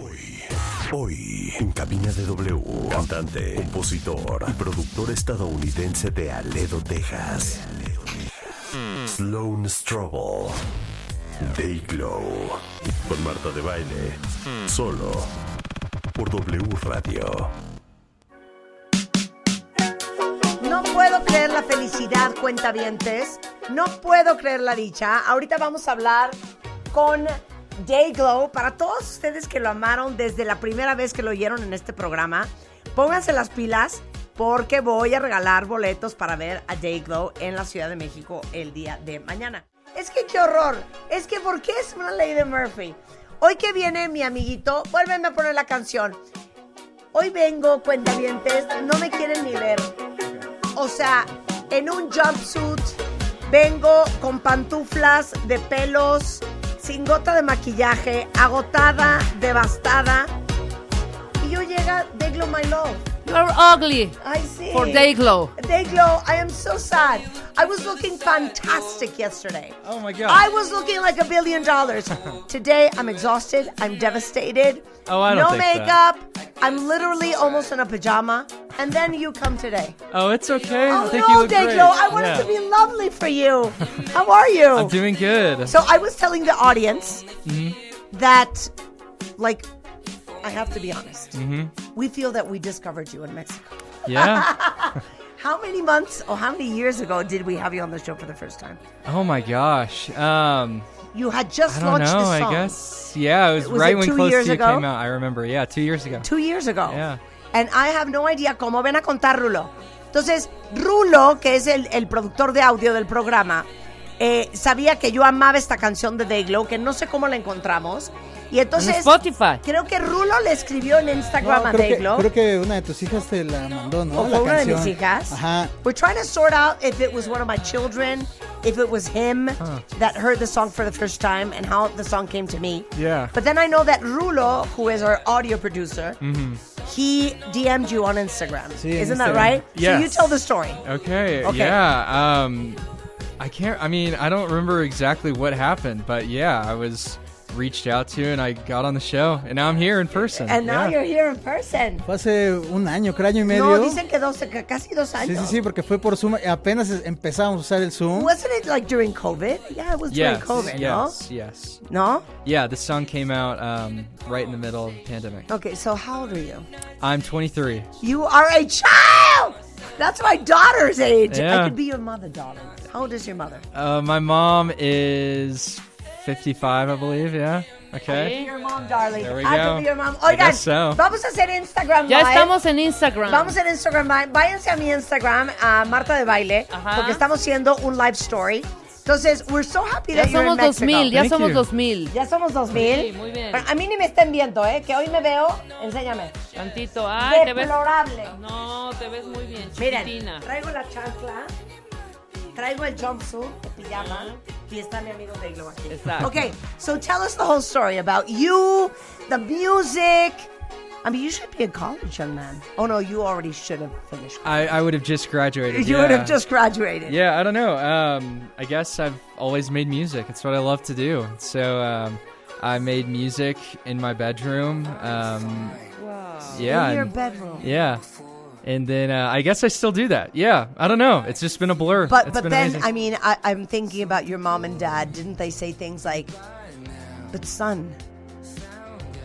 Hoy, hoy, en cabina de W, cantante, compositor y productor estadounidense de Aledo, Texas. Sloan Strobel. Day Glow. Con Marta de Baile. Solo. Por W Radio. No puedo creer la felicidad, cuentavientes. No puedo creer la dicha. Ahorita vamos a hablar con Day Glow. Para todos ustedes que lo amaron desde la primera vez que lo oyeron en este programa, pónganse las pilas porque voy a regalar boletos para ver a Day Glow en la Ciudad de México el día de mañana. Es que qué horror. Es que ¿por qué es una ley de Murphy? Hoy que viene mi amiguito, vuélveme a poner la canción. Hoy vengo, cuentavientes, no me quieren ni ver. O sea, en un jumpsuit, vengo con pantuflas de pelos, sin gota de maquillaje, agotada, devastada. Y yo llega Day Glow My Love. You're ugly I see. for day glow. Day Glow, I am so sad. I was looking fantastic yesterday. Oh my god. I was looking like a billion dollars. Today, I'm exhausted. I'm devastated. Oh, I no don't think makeup. I'm literally almost in a pajama. And then you come today. oh, it's okay. Oh I think no, you look Day great. Glow, I wanted Yeah. to be lovely for you. How are you? I'm doing Mm-hmm. good. so I was telling the audience that, like, I have to be honest. Mm-hmm. We feel that we discovered you in Mexico. yeah. How many months or how many years ago did we have you on the show for the first time? Oh my gosh. Um, You had just I don't launched know. this song I guess. Yeah, it was, Was right it when two Close years to You ago? came out. I remember. Yeah, two years ago. two years ago. Yeah. And I have no idea cómo. Ven a contar, Rulo. Entonces, Rulo, que es el, el productor de audio del programa, eh, sabía que yo amaba esta canción de Dayglow, que no sé cómo la encontramos. Y En entonces, Spotify. creo que Rulo le escribió en Instagram No, a creo, que, Dayglow. creo que una de tus hijas te la mandó, ¿no? O La fue una de mis canción. hijas. Ajá. We're trying to sort out if it was one of my children, if it was him Ah. that heard the song for the first time, and how the song came to me. Yeah. But then I know that Rulo, who is our audio producer, he DM'd you on Instagram. Mm-hmm. Sí, en Isn't that Instagram. right? So you Yes. tell the story. Okay, Okay. Yeah. Um, I can't. I mean, I don't remember exactly what happened, but yeah, I was reached out to and I got on the show, and now I'm here in person. And now yeah. you're here in person. Fue hace un año, creo año y medio. No, dicen que dos, que casi dos sí, años. sí, sí, porque fue por Zoom. Apenas empezamos a usar el Zoom. Wasn't it like during COVID? Yeah, it was Yes, during COVID, yes, yes. no? No? Yeah, the song came out um, right in the middle of the pandemic. Okay, so how old are you? I'm 23. You are a child! That's my daughter's age. I Yeah. could be your mother, darling. How old is your mother? Uh, my mom is 55, I believe. Yeah. Okay. Your mom, darling. There we I go. could be your mom. I Oigan, guess so. vamos a hacer Instagram Ya Live. estamos en Instagram. ¿eh? Vamos en Instagram Live. Váyanse a mi Instagram, a Marta de Baile, Ajá. porque estamos haciendo un live story. Entonces, we're so happy ya that you're somos in Mexico. 2000, ya Thank somos you. 2000. Ya somos 2000. Sí, muy bien. Pero a mí ni me estén viendo, ¿eh? Que hoy me veo, enséñame. Tantito, ay, te ves. Deplorable. No, te ves muy bien, Miren, chiquitina. traigo la chancla, traigo el jumpsuit, el pijama, y está mi amigo de Glow aquí. Exacto. Okay, so tell us the whole story about you, the music. I mean, you should be in college, young man. Oh no, you already should have finished. I, I would have just graduated. You would yeah. have just graduated. Yeah, I don't know. Um, I guess I've always made music. It's what I love to do. So um, I made music in my bedroom. Um, Yeah. In your and- bedroom. yeah. And then uh, I guess I still do that. Yeah. I don't know. It's just been a blur. But It's but been then amazing. I mean I, I'm thinking about your mom and dad. Didn't they say things like, "But son,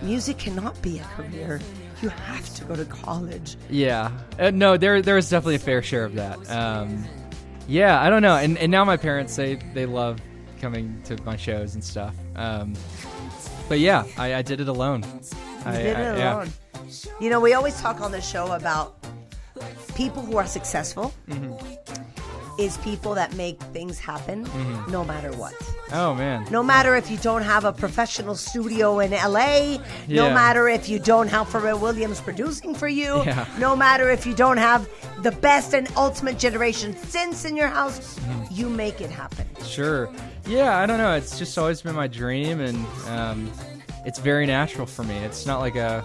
music cannot be a career. You have to go to college." Yeah. Uh, no, there there was definitely a fair share of that. Um, yeah, I don't know. And, and now my parents they they love coming to my shows and stuff. Um, but yeah, I, I did it alone. I, You did I- it yeah. alone. You know, we always talk on the show about people who are successful Mm-hmm. is people that make things happen no matter what. Oh man. No matter if you don't have a professional studio in LA, no Yeah. matter if you don't have Pharrell Williams producing for you, Yeah. no matter if you don't have the best and ultimate generation since in your house, Mm-hmm. you make it happen. Sure. Yeah, I don't know. It's just always been my dream, and um, it's very natural for me. It's not like a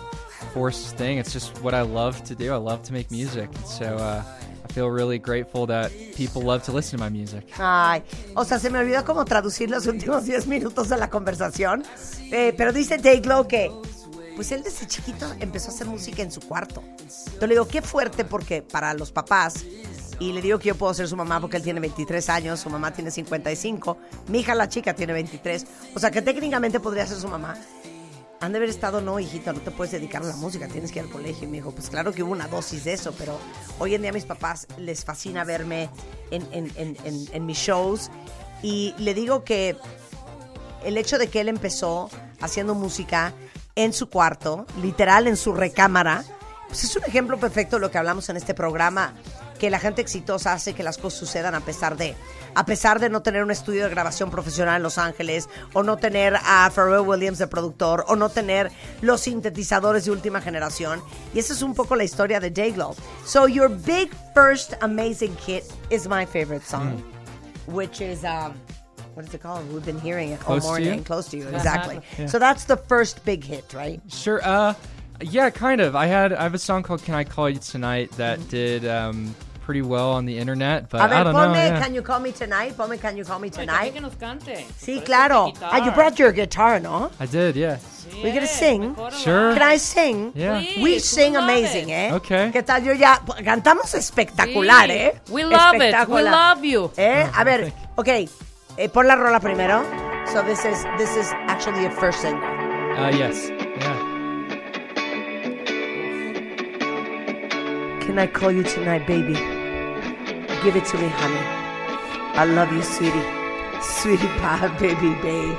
forced thing. It's just what I love to do. I love to make music, and so uh, I feel really grateful that people love to listen to my music. Ay, o sea, se me olvidó cómo traducir los últimos 10 minutos de la conversación. Eh, pero dice Day Glow que pues él desde chiquito empezó a hacer música en su cuarto. Entonces le digo, qué fuerte porque para los papás, y le digo que yo puedo ser su mamá porque él tiene 23 años, su mamá tiene 55, mi hija la chica tiene 23, o sea que técnicamente podría ser su mamá. Han de haber estado, no, hijita, no te puedes dedicar a la música, tienes que ir al colegio. Y me dijo, pues claro que hubo una dosis de eso, pero hoy en día a mis papás les fascina verme en, en- en- en- en mis shows. Y le digo que el hecho de que él empezó haciendo música en su cuarto, literal en su recámara, pues es un ejemplo perfecto de lo que hablamos en este programa, que la gente exitosa hace que las cosas sucedan a pesar de, a pesar de no tener un estudio de grabación profesional en Los Ángeles, o no tener a Pharrell Williams de productor, o no tener los sintetizadores de última generación. Y esa es un poco la historia de J-Lo. So your big first amazing hit is my favorite song, which is... um, what is it called? We've been hearing it all Close to You? morning. Close to you, exactly. So that's the first big hit, right? Sure. Uh, yeah, kind of. I had I have a song called "Can I Call You Tonight" that did um, pretty well on the internet, but Mm-hmm. A ver, I don't know. ponme yeah. Can You Call Me Tonight, ponme Can You Call Me Ay, que Tonight. nos cante. Sí, claro. Ah, you brought your guitar, no? I did. Yeah. We're gonna sing. Sure. Can I sing? Yeah. We Please, sing we love amazing, it. ¿eh? Okay. ¿Qué tal? Yo ya cantamos espectacular, ¿eh? We love it. We Espectacular. love you. ¿Eh? A ver, Uh-huh, thank ok. Eh, pon la rola primero. So this is this is actually a first single. Uh, yes. Yeah. Can I call you tonight, baby? Give it to me, honey. I love you, sweetie. Sweetie pie, baby, babe.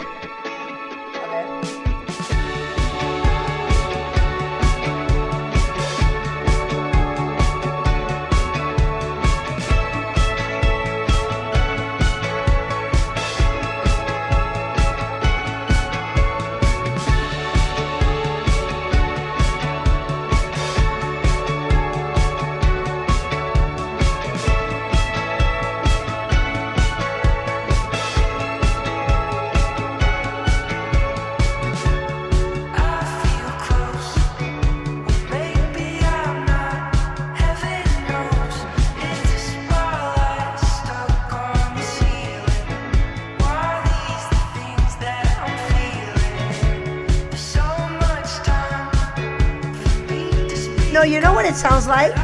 No, you know what it sounds like?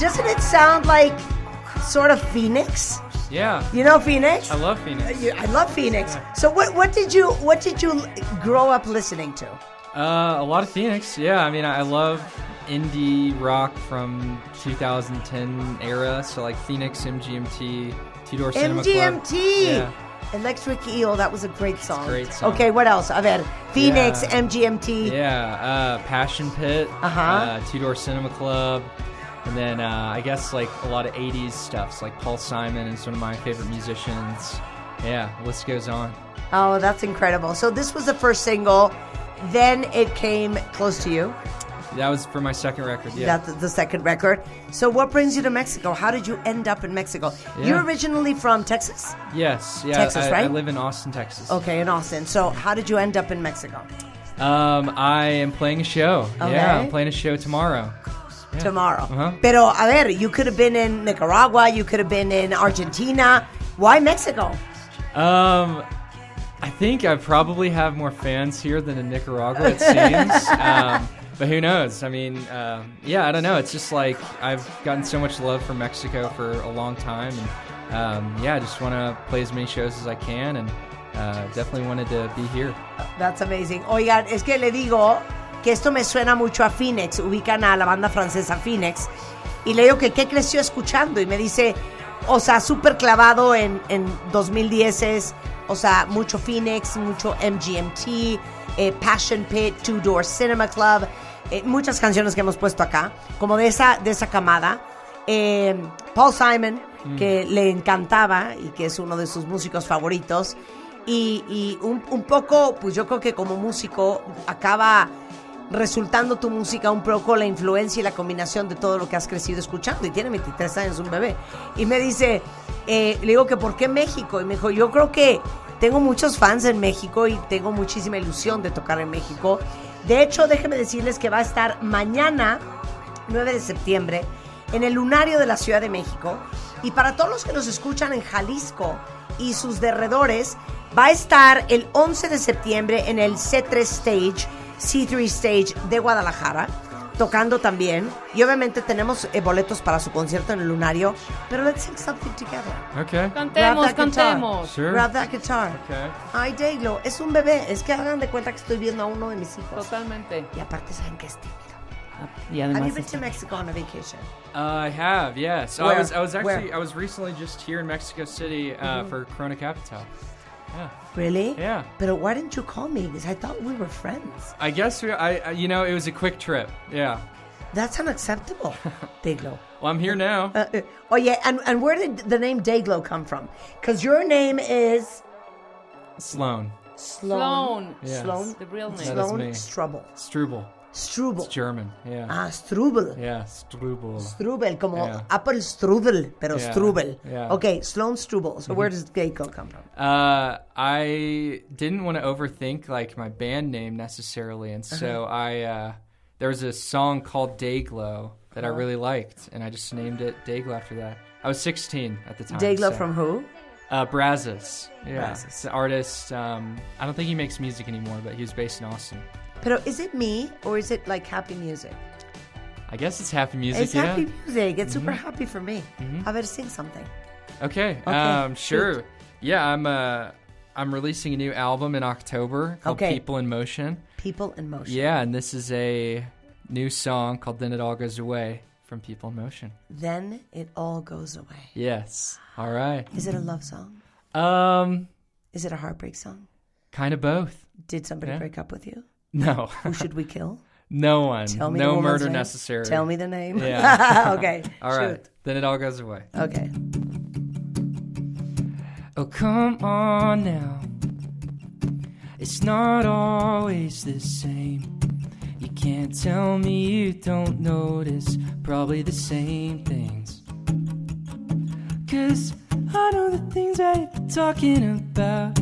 Doesn't it sound like sort of Phoenix? Yeah. You know Phoenix? I love Phoenix. You- I love Phoenix. So what what did you what did you grow up listening to? Uh, a lot of Phoenix. Yeah. I mean, I love indie rock from 2010 era. So like Phoenix, MGMT, Two Door Cinema Club. MGMT. Yeah. Electric Eel, that was a great song. great song. Okay, what else? A ver, Phoenix, Yeah. MGMT. Yeah, uh, Passion Pit, Uh-huh. uh, Two Door Cinema Club, and then uh, I guess like a lot of '80s stuffs, like Paul Simon is one of my favorite musicians. Yeah, list goes on. Oh, that's incredible. So this was the first single. Then it came close to you. That was for my second record. Yeah, That's the second record. So what brings you to Mexico? How did you end up in Mexico? You're Yeah. originally from Texas? yes, yeah. Texas, I, I right? live in Austin, Texas. Okay, in Austin. So how did you end up in Mexico? Um, I am playing a show. Yeah, Okay. I'm playing a show tomorrow. Tomorrow. Uh-huh. Pero a ver, you could have been in Nicaragua, you could have been in Argentina. Why Mexico? Um, I think I probably have more fans here than in Nicaragua, it seems. um, but who knows? I mean, uh, yeah, I don't know. It's just like I've gotten so much love from Mexico for a long time. And um, yeah, I just want to play as many shows as I can and uh, definitely wanted to be here. That's amazing. Oigan, es que le digo que esto me suena mucho a Phoenix. Ubican a la banda francesa Phoenix. Y le digo que qué creció escuchando. Y me dice, o sea, súper clavado en, en 2010 es, o sea, mucho Phoenix, mucho MGMT, eh, Passion Pit, Two Door Cinema Club, eh, muchas canciones que hemos puesto acá, como de esa, de esa camada. Eh, Paul Simon, que le encantaba y que es uno de sus músicos favoritos. Y, y un, un poco, pues yo creo que como músico acaba resultando tu música un poco la influencia y la combinación de todo lo que has crecido escuchando. Y tiene 23 años, un bebé. Y me dice, eh, le digo que ¿por qué México? Y me dijo, yo creo que tengo muchos fans en México y tengo muchísima ilusión de tocar en México. De hecho, déjenme decirles que va a estar mañana 9 de septiembre en el Lunario de la Ciudad de México. Y para todos los que nos escuchan en Jalisco y sus derredores, va a estar el 11 de septiembre en el C3 Stage C3 Stage de Guadalajara, tocando también. Y obviamente tenemos eh, boletos para su concierto en el Lunario, pero let's sing something together. Okay. Cantemos, Grab that guitar. cantemos. Sure. Grab that guitar. Okay. Ay, Daylo, es un bebé. Es que hagan de cuenta que estoy viendo a uno de mis hijos. Totalmente. Y aparte saben que es tímido. Ah, Y Have además. you been to Mexico on a vacation? Uh, I have, yes. Where? I was I was actually Where? Mm-hmm. I was recently just here in Mexico City uh, for Corona Capital. Really? Yeah. Pero why didn't you call me? Because I thought we were friends. I guess we, I I- you know it was a quick trip. Yeah. That's unacceptable, Dayglow. Well, I'm here now. Uh, uh, oh yeah, and, and where did the name Dayglow come from? Because your name is Sloan. Sloan. Sloan. Yeah. Sloan. The real name. That is Sloan me. Strubel. Struble. Strubel. German. Yeah. ah, Strubel. Yeah. Struble. Strubel, como Yeah. Apple Strudel, pero Yeah. Strubel. Yeah. Mm-hmm. Okay, Sloan Strubel. So where does Dayglow come from? Uh, I didn't want to overthink like my band name necessarily, and Uh-huh. so I uh, there was a song called Dayglow that I Uh-huh. really liked, and I just named it Dayglow after that. I was 16 at the time. Dayglow so- from who? uh, Brazos. Yeah, Brazos. it's an artist. Um, I don't think he makes music anymore, but he was based in Austin. Pero is it me or is it like happy music? I guess it's happy music. It's yeah. Mm-hmm. happy music. It's super happy for me. A ver, sing something. Okay. um, sure. Yeah, I'm. Uh, I'm releasing a new album in October called Okay. People in Motion. People in motion. Yeah, and this is a new song called Then It All Goes Away from People in Motion. Then it all goes away. Yes. All right. Is it a love song? Um, Is it a heartbreak song? kind of both. Did somebody Yeah. break up with you? No. Who should we kill? no one. Tell me the no woman's murder name. necessary. Tell me the name. Yeah. okay. All right. Then it all goes away. Shoot. Okay. Oh, come on now. It's not always the same. You can't tell me you don't notice probably the same things. Cause I know the things that you're talking about.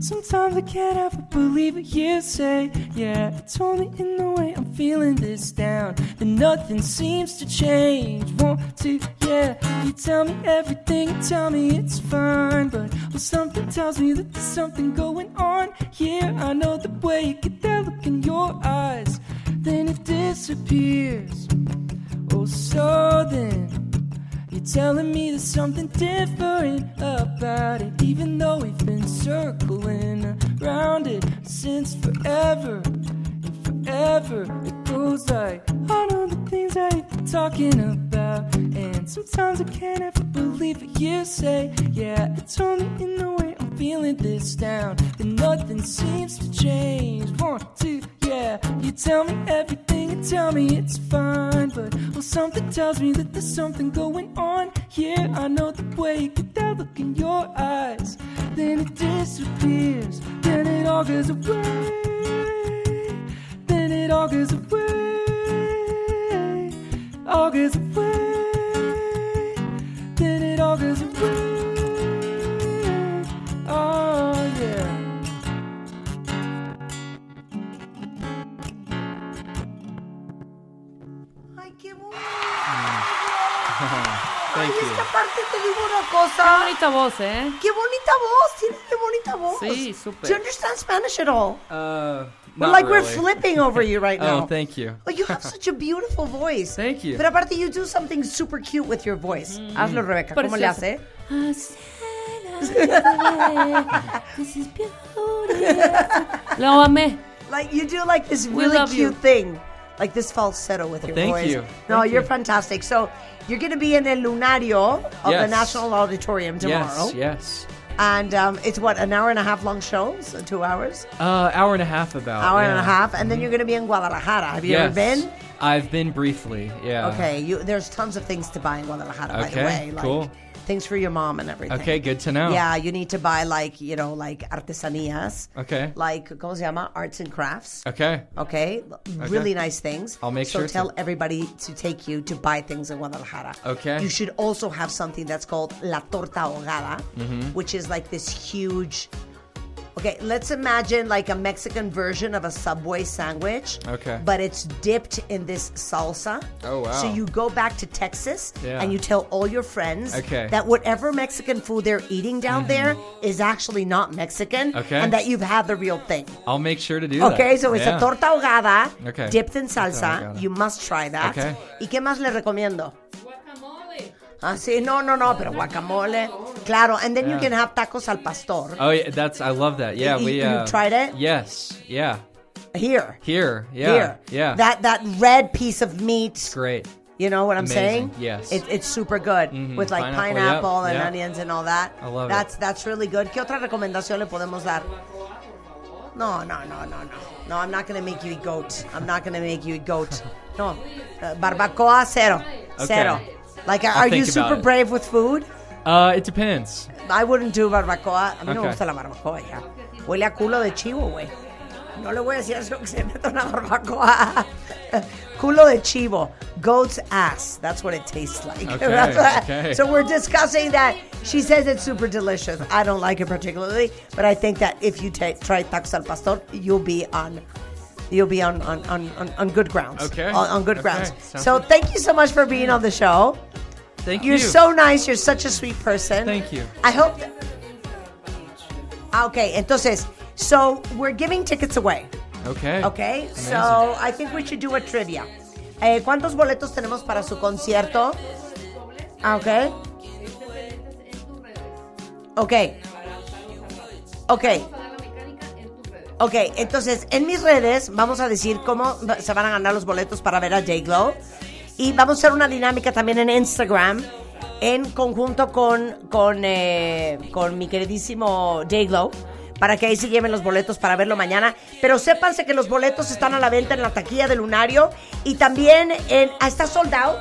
Sometimes I can't ever believe what you say. Yeah, it's only in the way I'm feeling this down. That nothing seems to change. Want to, yeah. You tell me everything, you tell me it's fine. But well, something tells me that there's something going on here. I know the way you get that look in your eyes. Then it disappears. Oh, so then. You're telling me there's something different about it, even though we've been circling around it since forever and forever. It goes like I know the things that you're talking about, and sometimes I can't ever believe what you say. Yeah, it's only in the way I'm feeling this down that nothing seems to change. One, two, yeah, you tell me everything, you tell me it's fine, but well, something tells me that there's something going on here. I know the way you get that look in your eyes, then it disappears, then it all goes away, then it all goes away, all goes away, then it all goes away. Oh yeah. Ay, qué bueno. Thank Ay, you. esta parte te digo una Qué cosa. bonita voz, ¿eh? Qué bonita voz. Tienes qué bonita voz. Sí, súper. Do you understand Spanish at all? Uh, We're not like we're really. flipping over you right now. Oh, thank you. But you have such a beautiful voice. Thank you. Mm. Pero aparte, you do something super cute with your voice. Hazlo, Rebeca. ¿Cómo le Precioso. hace? Lo amé. Like you do like this We really love cute you. thing, like this falsetto with your thank voice. you. No, Thank you're you. fantastic. So you're going to be in El Lunario of the Yes. National Auditorium tomorrow, Yes, yes. and um, it's what an hour and a half long show, so two hours, Uh, hour and a half about. hour and yeah. Mm-hmm. a half, and then you're going to be in Guadalajara. Have you Yes. Uh-huh. ever been? I've been briefly. Yeah. Okay, you, there's tons of things to buy in Guadalajara, by the Okay, way. Like cool. things for your mom and everything. Okay. Good to know. Yeah, you need to buy like, you know, like artesanías. Okay. Like, ¿cómo se llama? Arts and crafts. Okay. Okay? Really nice things. I'll make so sure to. tell everybody to take you to buy things in Guadalajara. Okay. You should also Mm-hmm. have something that's called la torta ahogada, which is like this huge Okay, let's imagine like a Mexican version of a Subway sandwich. Okay. But it's dipped in this salsa. Oh, wow. So you go back to Texas Yeah. and you tell all your friends Okay. Mm-hmm. that whatever Mexican food they're eating down there is actually not Mexican Okay. and that you've had the real thing. I'll make sure to do that. Okay, so it's Yeah. a torta ahogada Okay. dipped in salsa. ahogada. You must try that. Okay. ¿Y qué más le recomiendo? Guacamole. Ah, sí, no, no, no, pero guacamole. Claro, and then you Yeah. can have tacos al pastor Oh, yeah, that's I love that. Yeah, You- we you uh, tried it? Yes. Yeah. here. Here. Uh, Yeah. Here. Yeah. That that red piece of meat. great. You know what I'm saying? Amazing, yes. Mm-hmm. It, it's super good with like Pineapple, pineapple, yep, and yep. onions and all that. I love it. that's, That's really good. ¿Qué otra recomendación le podemos dar? No, no, no, no, no. No, I'm not going to make you eat goat. I'm not going to make you eat goat. No. Uh, barbacoa, cero. Okay. Cero. Like, are, are you think about super it. brave with food? Uh, it depends. I wouldn't do barbacoa. A mí no me Okay. gusta la barbacoa ya. Huele a culo de chivo, güey. No le voy a decir eso que se meta una barbacoa. culo de chivo. Goat's ass. That's what it tastes like. Okay, That's what- okay. So we're discussing that. She says it's super delicious. I don't like it particularly, but I think that if you ta try tacos al pastor, you'll be on. You'll be on, on, on, on, on good grounds. Okay. On, on good Okay, grounds. sounds So good. thank you so much for being on the show. Thank You're you. so nice. You're such a sweet person. Thank you. I hope. Th- Ah, okay, entonces, so we're giving tickets away, okay. okay? So I think we should do a trivia. Eh, ¿Cuántos boletos tenemos para su concierto? Ah, okay. Okay. Okay. Ok, entonces en mis redes vamos a decir cómo va- se van a ganar los boletos para ver a J. Glow. Y vamos a hacer una dinámica también en Instagram, en conjunto con, con, eh, con mi queridísimo J. Glow, para que ahí se lleven los boletos para verlo mañana. Pero sépanse que los boletos están a la venta en la taquilla de Lunario y también en. ah, ¿Está sold out?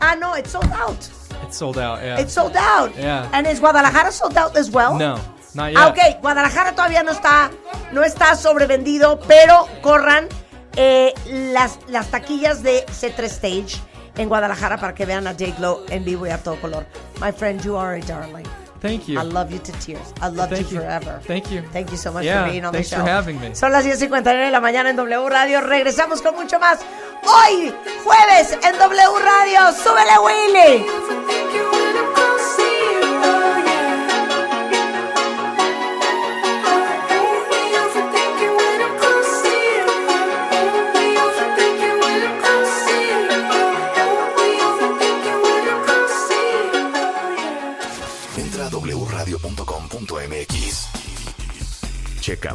Ah, no, it's sold out. It's sold out. Yeah. It's sold out. Yeah. And is Guadalajara sold out as well? no, not yet. Ah, ok, Guadalajara todavía no está, no está sobrevendido, pero corran eh, las, las taquillas de C3 Stage en Guadalajara para que vean a J. Glow en vivo y a todo color. My friend, you are a darling. Thank you. I love you to tears. I love Thank you you. forever. Thank you. Thank you so much Yeah, for being on the thanks show. for having me. Son las 10.59 de la mañana en W Radio. Regresamos con mucho más. Hoy, jueves, en W Radio. ¡Súbele, Willy! Entra a wradio.com.mx. Checa